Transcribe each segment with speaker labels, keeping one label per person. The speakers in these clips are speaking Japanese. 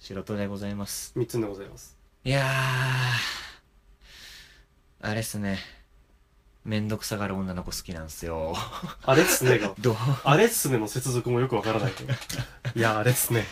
Speaker 1: 仕事でございます。
Speaker 2: 三つでございます。
Speaker 1: いやー、あれっすね。めんどくさがる女の子好きなんすよ。
Speaker 2: あれっすねが、
Speaker 1: どう
Speaker 2: あれっすねの接続もよくわからないけど。いや、あれっすね。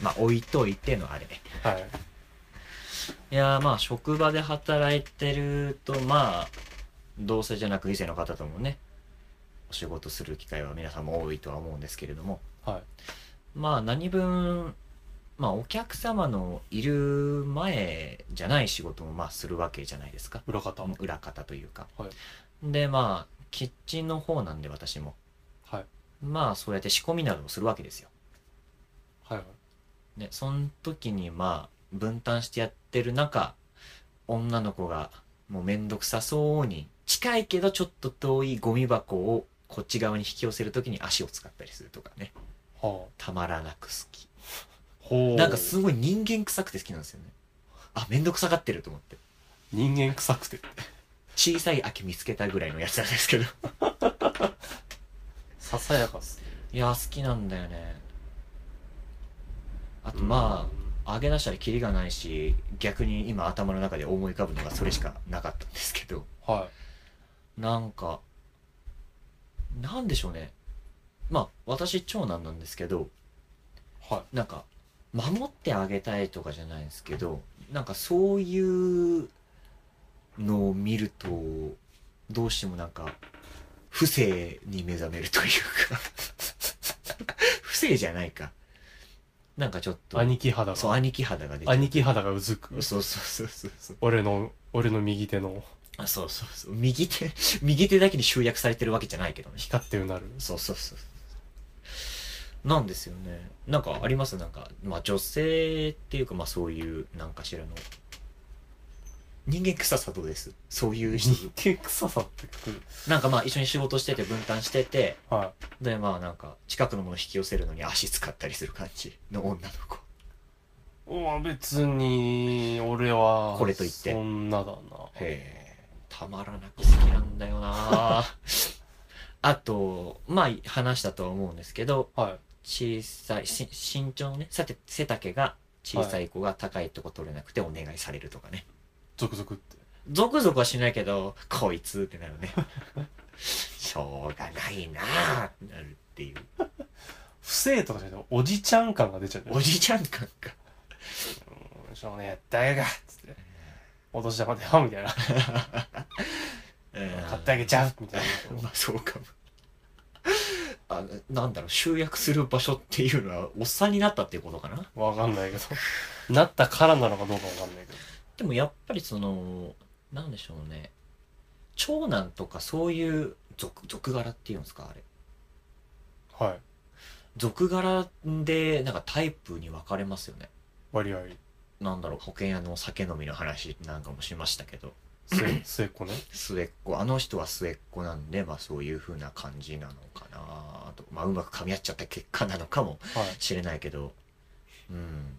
Speaker 1: まあ、置いといてのあれ。
Speaker 2: はい。
Speaker 1: いやーまあ職場で働いてるとまあ同性じゃなく異性の方ともねお仕事する機会は皆さんも多いとは思うんですけれども
Speaker 2: はい。
Speaker 1: まあ何分まあお客様のいる前じゃない仕事もまあするわけじゃないですか
Speaker 2: 裏方。
Speaker 1: 裏方というか、
Speaker 2: はい
Speaker 1: でまあキッチンの方なんで私も
Speaker 2: はい。
Speaker 1: まあそうやって仕込みなどをするわけですよ
Speaker 2: はいはい。
Speaker 1: ね、その時にまあ分担してやってる中女の子がもうめんどくさそうに近いけどちょっと遠いゴミ箱をこっち側に引き寄せる時に足を使ったりするとかね
Speaker 2: は
Speaker 1: たまらなく好き
Speaker 2: あ。ほう。
Speaker 1: なんかすごい人間臭くて好きなんですよねあめんどくさがってると思って
Speaker 2: 人間臭くて。
Speaker 1: 小さい秋見つけたぐらいのやつなんですけど
Speaker 2: ささやかっす。
Speaker 1: いや好きなんだよねあとまあ上げ出したらキリがないし逆に今頭の中で思い浮かぶのがそれしかなかったんですけど
Speaker 2: あ。はい。
Speaker 1: なんか、なんでしょうね。まあ、私、長男なんですけど、
Speaker 2: は
Speaker 1: なんか、守ってあげたいとかじゃないんですけど、なんかそういうのを見ると、どうしてもなんか、不正に目覚めるというか、 不正じゃないか。なんかちょっ
Speaker 2: い。
Speaker 1: と、
Speaker 2: 兄貴肌
Speaker 1: そう、
Speaker 2: が。
Speaker 1: 兄貴肌が出て
Speaker 2: 兄貴肌がうずく。
Speaker 1: そうそうそうそうそう。
Speaker 2: 俺の、俺の右手の
Speaker 1: あそうそうそう。右手、 右手だけに集約されてるわけじゃないけどね。
Speaker 2: 光ってうなる。
Speaker 1: そうそうそうそう。なんですよね。なんかありますなんか、まあ女性っていうか、まあそういう、なんかしらの。人間臭さどうですそういう人。
Speaker 2: 人間臭さってくる。
Speaker 1: なんかまあ一緒に仕事してて分担してて、
Speaker 2: はい。
Speaker 1: でまあなんか近くのもの引き寄せるのに足使ったりする感じの女の子。
Speaker 2: お別に俺は
Speaker 1: これといって
Speaker 2: そんなだな
Speaker 1: へえ。たまらなく好きなんだよなあと、まあ話したとは思うんですけど、
Speaker 2: はい
Speaker 1: 小さいし身長のねさて背丈が小さい子が高いとこ取れなくてお願いされるとかね、
Speaker 2: ゾクゾクって
Speaker 1: ゾクゾクはしないけどこいつってな るねしょうがないなあってなるっていう
Speaker 2: 不正とかじゃなくておじちゃん感が出ちゃう
Speaker 1: おじちゃん感か
Speaker 2: うんしょうねえやってあげるかっつってお年玉だよみたいな買ってあげちゃうみたい
Speaker 1: うん
Speaker 2: な
Speaker 1: まあそうかもあなんだろう集約する場所っていうのはおっさんになったっていうことかな
Speaker 2: わかんないけどなったからなのかどうかわかんないけど
Speaker 1: でもやっぱりそのなんでしょうね長男とかそういう俗俗柄っていうんですかあれ
Speaker 2: はい
Speaker 1: 俗柄でなんかタイプに分かれますよね
Speaker 2: 割合
Speaker 1: なんだろう保険屋のお酒飲みの話なんかもしましたけど
Speaker 2: 末末っ子ね
Speaker 1: 末っ子あの人は末っ子なんでまあそういう風な感じなのかなとまあうまく噛み合っちゃった結果なのかも
Speaker 2: はい
Speaker 1: しれないけどうん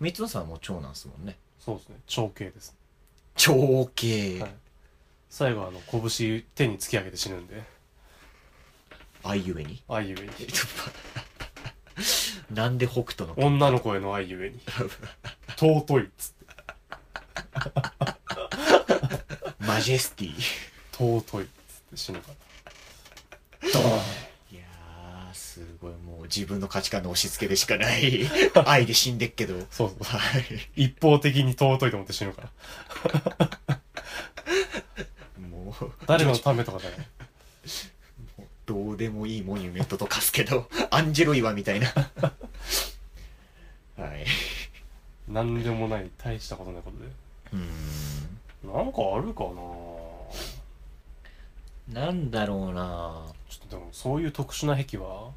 Speaker 1: 三野さんはもう長男ですもんね
Speaker 2: そうですね長兄です
Speaker 1: 長兄、
Speaker 2: はい最後あの拳手に突き上げて死ぬんで
Speaker 1: 愛ゆえに
Speaker 2: 愛ゆえに
Speaker 1: なんで北斗の拳
Speaker 2: 女の子への愛 ゆえに尊いっつって
Speaker 1: マジェスティ
Speaker 2: 尊いっつって死ぬから
Speaker 1: いやーすごいもう自分の価値観の押し付けでしかない 愛で死んでっけど
Speaker 2: そうそう
Speaker 1: はい
Speaker 2: 一方的に尊いと思って死ぬから。
Speaker 1: もう
Speaker 2: 誰のためとかじゃない。
Speaker 1: どうでもいいモニュメントとかすけどアンジェロ岩み たいなはい
Speaker 2: 何でもない、大したことないことで。
Speaker 1: うー
Speaker 2: なんかあるかな
Speaker 1: な
Speaker 2: ん
Speaker 1: んだろうな
Speaker 2: ちょっとでも、そういう特殊な癖は、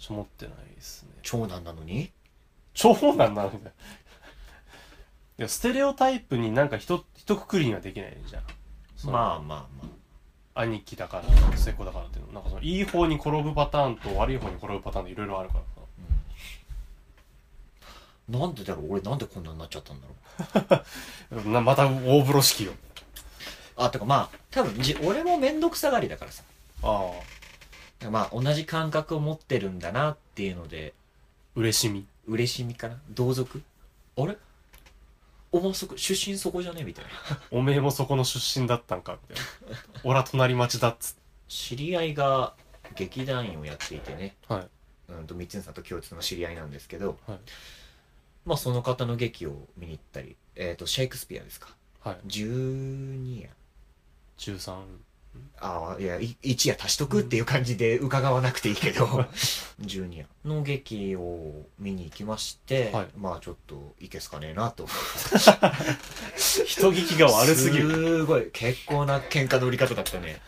Speaker 2: ちょ持ってないですね。
Speaker 1: 長男なのに
Speaker 2: 長男なんだよ。いや、ステレオタイプになんかひと、ひとくくりにはできないじゃん。その
Speaker 1: まあまあま
Speaker 2: 兄貴だから、末っ子だからっていうの。なんかその、いい方に転ぶパターンと悪い方に転ぶパターンでいろいろあるからさ。
Speaker 1: あ、うん、なんでだろう俺なんでこんなになっちゃったんだろう
Speaker 2: なまた大風呂敷よ。
Speaker 1: あてかまあ多分じ俺も面倒くさがりだからさ
Speaker 2: ああ、
Speaker 1: まあ同じ感覚を持ってるんだなっていうので
Speaker 2: 嬉しみ。
Speaker 1: 嬉しみかな同族あれお前そこ出身そこじゃねみたいな
Speaker 2: おめえもそこの出身だったんかみたい な俺は隣町だっつっ
Speaker 1: 知り合いが劇団員をやっていてね、
Speaker 2: はい
Speaker 1: うんと三ツさんと共通の知り合いなんですけど、
Speaker 2: はい
Speaker 1: まあその方の劇を見に行ったり、えー、とシェイクスピアですか
Speaker 2: はい
Speaker 1: 12夜
Speaker 2: 13
Speaker 1: ああいやい一夜足しとくっていう感じで伺わなくていいけど12夜の劇を見に行きまして、
Speaker 2: はい
Speaker 1: まあちょっといけすかねえなと
Speaker 2: 人聞きが悪すぎる
Speaker 1: すごい結構な喧嘩の売り方だったね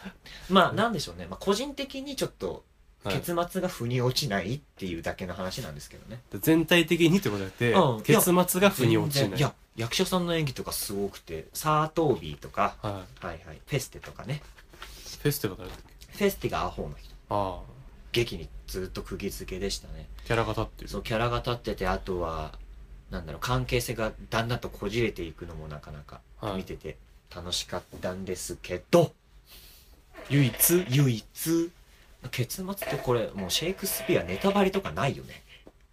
Speaker 1: まあなんでしょうね、まあ、個人的にちょっと
Speaker 2: はい
Speaker 1: 結末が腑に落ちないっていうだけの話なんですけどね
Speaker 2: 全体的にってことやって、
Speaker 1: うん
Speaker 2: 結末が腑に落ち
Speaker 1: 全然
Speaker 2: ない
Speaker 1: いや役者さんの演技とかすごくてサートービーとか
Speaker 2: は
Speaker 1: はいはいフェステとかね
Speaker 2: い、フェスティバルだったっけ
Speaker 1: フェステがアホの人
Speaker 2: ああ
Speaker 1: 劇にずっと釘付けでしたね
Speaker 2: キャラが立ってる
Speaker 1: そうキャラが立っててあとはなんだろう関係性がだんだんとこじれていくのもなかなか
Speaker 2: はい
Speaker 1: 見てて楽しかったんですけど、
Speaker 2: 唯一
Speaker 1: 唯一結末ってこれもうシェイクスピアネタバレとかないよね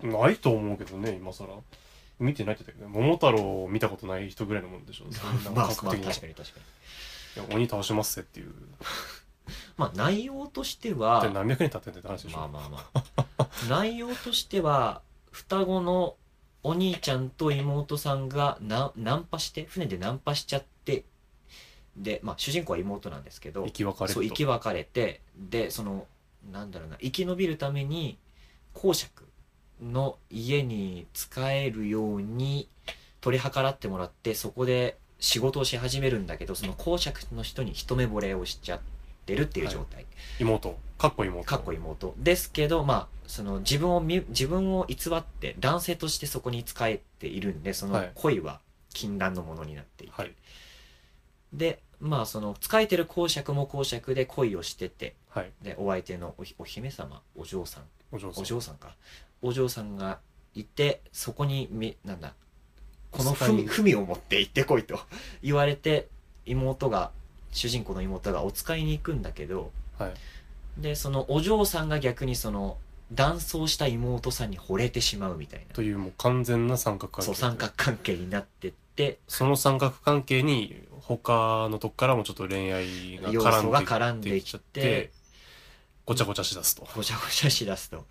Speaker 2: ないと思うけどね今更見てないって言ったけど桃太郎を見たことない人ぐらいのもんでし ょそんな
Speaker 1: まあ、まあ、確
Speaker 2: 感
Speaker 1: か
Speaker 2: 覚的
Speaker 1: に
Speaker 2: に
Speaker 1: 確かに
Speaker 2: いや鬼倒しますぜっていう
Speaker 1: まあ内容として
Speaker 2: だっ
Speaker 1: は
Speaker 2: て何百年経ってんだって話でしょ、
Speaker 1: まあまあまあ内容としては双子のお兄ちゃんと妹さんがなナンパして船でナンパしちゃってでまあ主人公は妹なんですけど
Speaker 2: 生き別れ
Speaker 1: そう生き
Speaker 2: 別
Speaker 1: 別れてでそのなんだろうな生き延びるために公爵の家に仕えるように取り計らってもらってそこで仕事をし始めるんだけどその公爵の人に一目惚れをしちゃってるっていう状態、
Speaker 2: 妹かっこ妹
Speaker 1: かっこ妹ですけど、まあ、その自分を見自分を偽って男性としてそこに仕えているんでその
Speaker 2: はい
Speaker 1: 恋は禁断のものになっていて、
Speaker 2: はい
Speaker 1: でまあその仕えてる公爵も公爵で恋をしてて
Speaker 2: はい
Speaker 1: でお相手のおひお姫様お嬢さん
Speaker 2: お嬢さん
Speaker 1: お嬢さんかお嬢さんがいてそこにみなんだこの
Speaker 2: そこに
Speaker 1: 文文を持って行ってこいと言われて妹が主人公の妹がお使いに行くんだけど
Speaker 2: はい
Speaker 1: でそのお嬢さんが逆にその男装した妹さんに惚れてしまうみたい
Speaker 2: というもう完全な三角
Speaker 1: な
Speaker 2: 関係
Speaker 1: そう三角関係になってって
Speaker 2: その三角関係に他のとこからもちょっと恋愛が
Speaker 1: 要
Speaker 2: 絡
Speaker 1: 素
Speaker 2: んで
Speaker 1: が絡んで
Speaker 2: でき
Speaker 1: き
Speaker 2: ちゃっててごちゃごちゃしだすと
Speaker 1: ごちゃごちゃしだすと。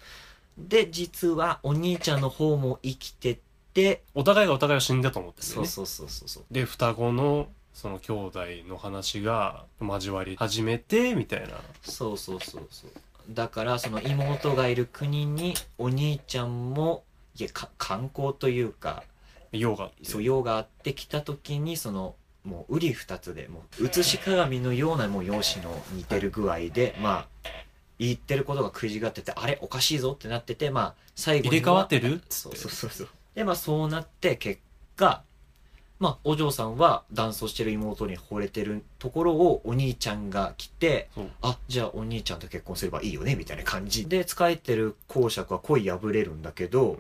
Speaker 1: で実はお兄ちゃんの方も生きてって
Speaker 2: お互いがお互いを死んだと思ってる
Speaker 1: そ
Speaker 2: ん
Speaker 1: う
Speaker 2: だよね
Speaker 1: そうそうそうそう
Speaker 2: で双子のその兄弟の話が交わり始めてみたいな
Speaker 1: そうそうそうそうだからその妹がいる国にお兄ちゃんもいやか観光というか
Speaker 2: 用があって
Speaker 1: そう用があってきた時にそのもう瓜二つでもう写し鏡のようなもう容姿の似てる具合でまあ言ってることが食い違っててあれおかしいぞってなっててまあ最後には
Speaker 2: 入れ替わってるっつ
Speaker 1: そ
Speaker 2: っ
Speaker 1: う
Speaker 2: て
Speaker 1: そうそうそうでまあそうなって結果まあお嬢さんは男装してる妹に惚れてるところをお兄ちゃんが来て
Speaker 2: そう
Speaker 1: あじゃあお兄ちゃんと結婚すればいいよねみたいな感じで仕えてる公爵は恋破れるんだけど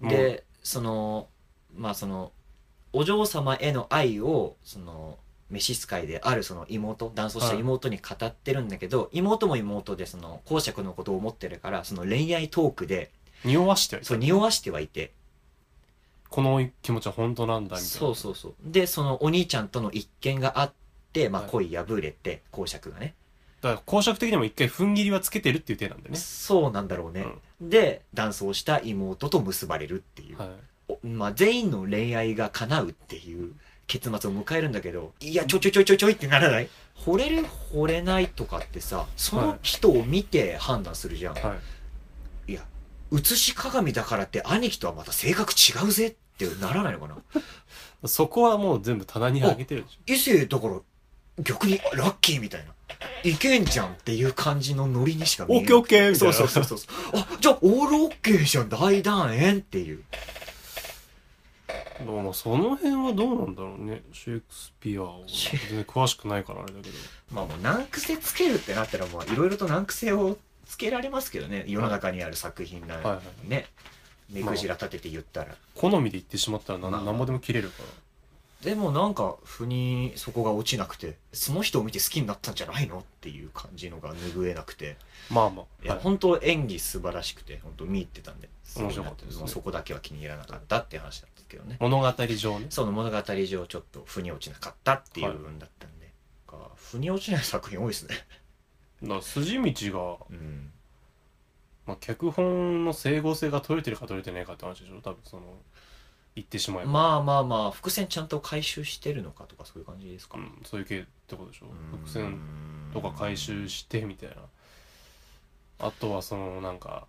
Speaker 2: もう
Speaker 1: でそのまあそのお嬢様への愛をその召使いであるその妹男装した妹に語ってるんだけど、妹も妹でその公爵のことを思ってるからその恋愛トークで
Speaker 2: 匂わしてはい
Speaker 1: そう
Speaker 2: た
Speaker 1: 匂わしてはいて
Speaker 2: この気持ちは本当なんだみたいな
Speaker 1: そうそうそうでそのお兄ちゃんとの一件があって、まあ、
Speaker 2: はい
Speaker 1: 恋破れて公爵がね
Speaker 2: だから公爵的にも一回踏ん切りはつけてるっていう手なんだよね
Speaker 1: そうなんだろうね、で男装した妹と結ばれるっていう、
Speaker 2: はい
Speaker 1: おまあ、全員の恋愛が叶うっていう結末を迎えるんだけどいやちょちょちょちょちょいってならない惚れる惚れないとかってさその人を見て判断するじゃん、
Speaker 2: はい
Speaker 1: い、や写し鏡だからって兄貴とはまた性格違うぜってならないのかな
Speaker 2: そこはもう全部棚に上げてるでし
Speaker 1: 異性だから逆にラッキーみたいないけんじゃんっていう感じのノリにしか
Speaker 2: ょ
Speaker 1: 見え
Speaker 2: オ
Speaker 1: ない
Speaker 2: ッケーオッケーみたい
Speaker 1: そう
Speaker 2: な
Speaker 1: そうそうそうあじゃあオールオッケーじゃん大団円っていう
Speaker 2: まあまあその辺はどうなんだろうねシェイクスピアを
Speaker 1: シェ
Speaker 2: 全然詳しくないからあれだけど
Speaker 1: まあもう難癖つけるってなったらまあいろいろと難癖をつけられますけどね世の中にある作品なんで
Speaker 2: はいはい
Speaker 1: ね目くじら立てて言ったら、
Speaker 2: 好みで言ってしまったら
Speaker 1: ま
Speaker 2: 何
Speaker 1: あ
Speaker 2: 何もでも切れるから
Speaker 1: でもなんか腑にそこが落ちなくてその人を見て好きになったんじゃないのっていう感じのが拭えなくて
Speaker 2: まあま
Speaker 1: い
Speaker 2: あ、
Speaker 1: や
Speaker 2: はい、
Speaker 1: 本当演技素晴らしくて本当見入ってたんで
Speaker 2: 面白かったですね
Speaker 1: そこだけは気に入らなかったっていう話なんですけどね
Speaker 2: 物語上ね
Speaker 1: その物語上ちょっと腑に落ちなかったっていう部分だったんで、なんか腑に落ちない作品多いですね
Speaker 2: な筋道が、
Speaker 1: うん
Speaker 2: まあ、脚本の整合性が取れてるか取れてないかって話でしょ多分その言ってしまえば、
Speaker 1: まあまあまあ伏線ちゃんと回収してるのかとかそういう感じですか、
Speaker 2: うん、そういう系ってことでしょ
Speaker 1: うん
Speaker 2: 伏線とか回収してみたいなあとはそのなんか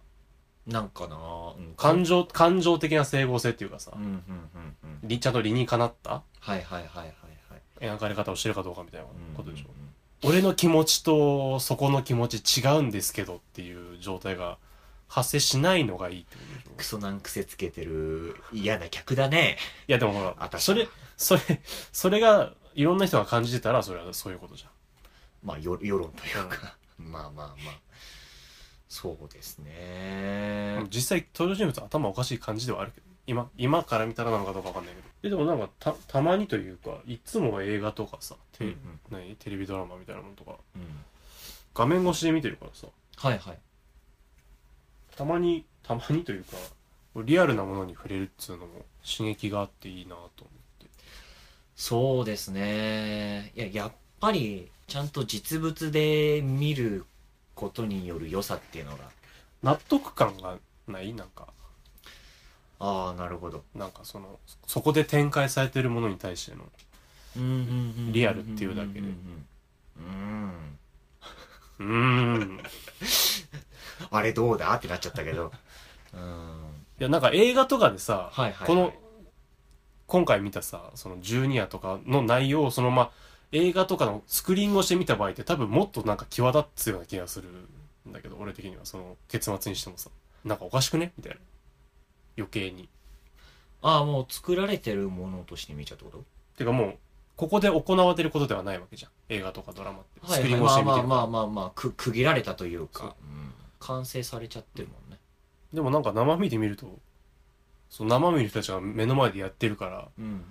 Speaker 1: なんかなあ、うん、
Speaker 2: 感
Speaker 1: 情
Speaker 2: 情感情的な整合性っていうかさ
Speaker 1: うんうんうんうん
Speaker 2: りちゃんと理にかなった
Speaker 1: はいはいはいはいはい
Speaker 2: 描かれ方をしてるかどうかみたいなことでしょ、
Speaker 1: うんうんうん
Speaker 2: 俺の気持ちとそこの気持ち違うんですけどっていう状態が発生しないのがいいってことで
Speaker 1: ク
Speaker 2: しょ
Speaker 1: ソなん癖つけてる嫌な客だね
Speaker 2: いやでもほら
Speaker 1: 私
Speaker 2: それそれそれがいろんな人が感じてたらそれはそういうことじゃん
Speaker 1: まあよ世論というかまあまあまあそうですね
Speaker 2: 実際登場人物は頭おかしい感じではあるけど今今から見たらなのかどうかわかんないけどえでもなんかたたまにというかいつも映画とかさテ,、
Speaker 1: うん
Speaker 2: 何テレビドラマみたいなものとか
Speaker 1: うん
Speaker 2: 画面越しで見てるからさ
Speaker 1: はいはい
Speaker 2: たまにたまにというかリアルなものに触れるっつうのも刺激があっていいなと思って
Speaker 1: そうですねいややっぱりちゃんと実物で見ることによる良さっていうのが
Speaker 2: 納得感がないなんか
Speaker 1: ああなるほど
Speaker 2: なんかそのそこで展開されてるものに対してのリアルっていうだけで
Speaker 1: うんうんうんうん
Speaker 2: うーん
Speaker 1: あれどうだってなっちゃったけ どうん
Speaker 2: いやなんか映画とかでさ、
Speaker 1: はいはいはい
Speaker 2: この今回見たさその12夜とかの内容をそのまま映画とかのスクリーン越しで見た場合って多分もっとなんか際立つような気がするんだけど俺的にはその結末にしてもさなんかおかしくねみたいな余計に
Speaker 1: ああもう作られてるものとして見ちゃうってこと
Speaker 2: てかもうここで行われてることではないわけじゃん映画とかドラマってスクリーン越
Speaker 1: まあま
Speaker 2: しで見てる
Speaker 1: あ
Speaker 2: から
Speaker 1: まあまあまあく区切られたという
Speaker 2: そう
Speaker 1: か、うん完成されちゃってるもんね
Speaker 2: でもなんか生身で見るとその生身の人たちが目の前でやってるから
Speaker 1: うん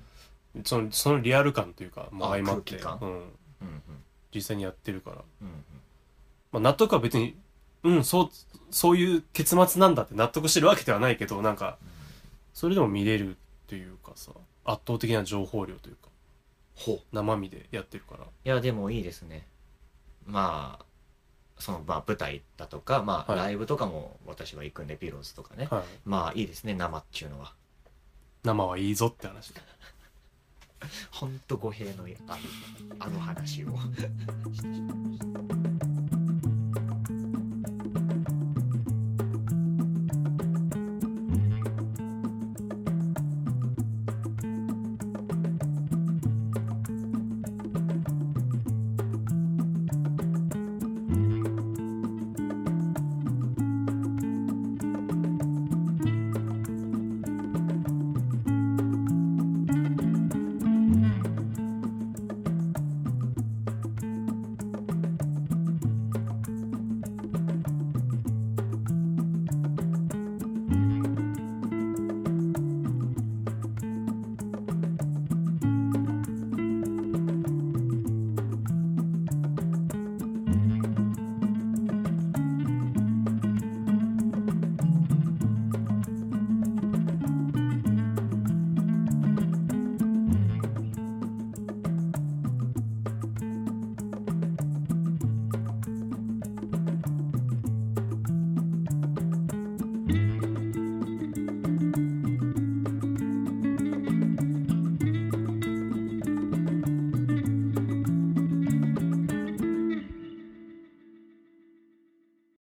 Speaker 2: そのそのリアル感というかもう
Speaker 1: あ
Speaker 2: 相まって、
Speaker 1: 空気感
Speaker 2: うん、
Speaker 1: うんうん
Speaker 2: 実際にやってるから
Speaker 1: うんうん
Speaker 2: まあ、納得は別に、うん、そう、そういう結末なんだって納得してるわけではないけど、なんか、それでも見れるっていうかさ、圧倒的な情報量というか、
Speaker 1: ほう
Speaker 2: 生身でやってるから。
Speaker 1: いやでもいいですねまあそのまあ舞台だとかまあ
Speaker 2: はい
Speaker 1: ライブとかも私は行くんで、ピローズとかね、
Speaker 2: はい。
Speaker 1: まあいいですね生っちゅうのは
Speaker 2: 生はいいぞって話。
Speaker 1: ほんと語弊のあるあの話を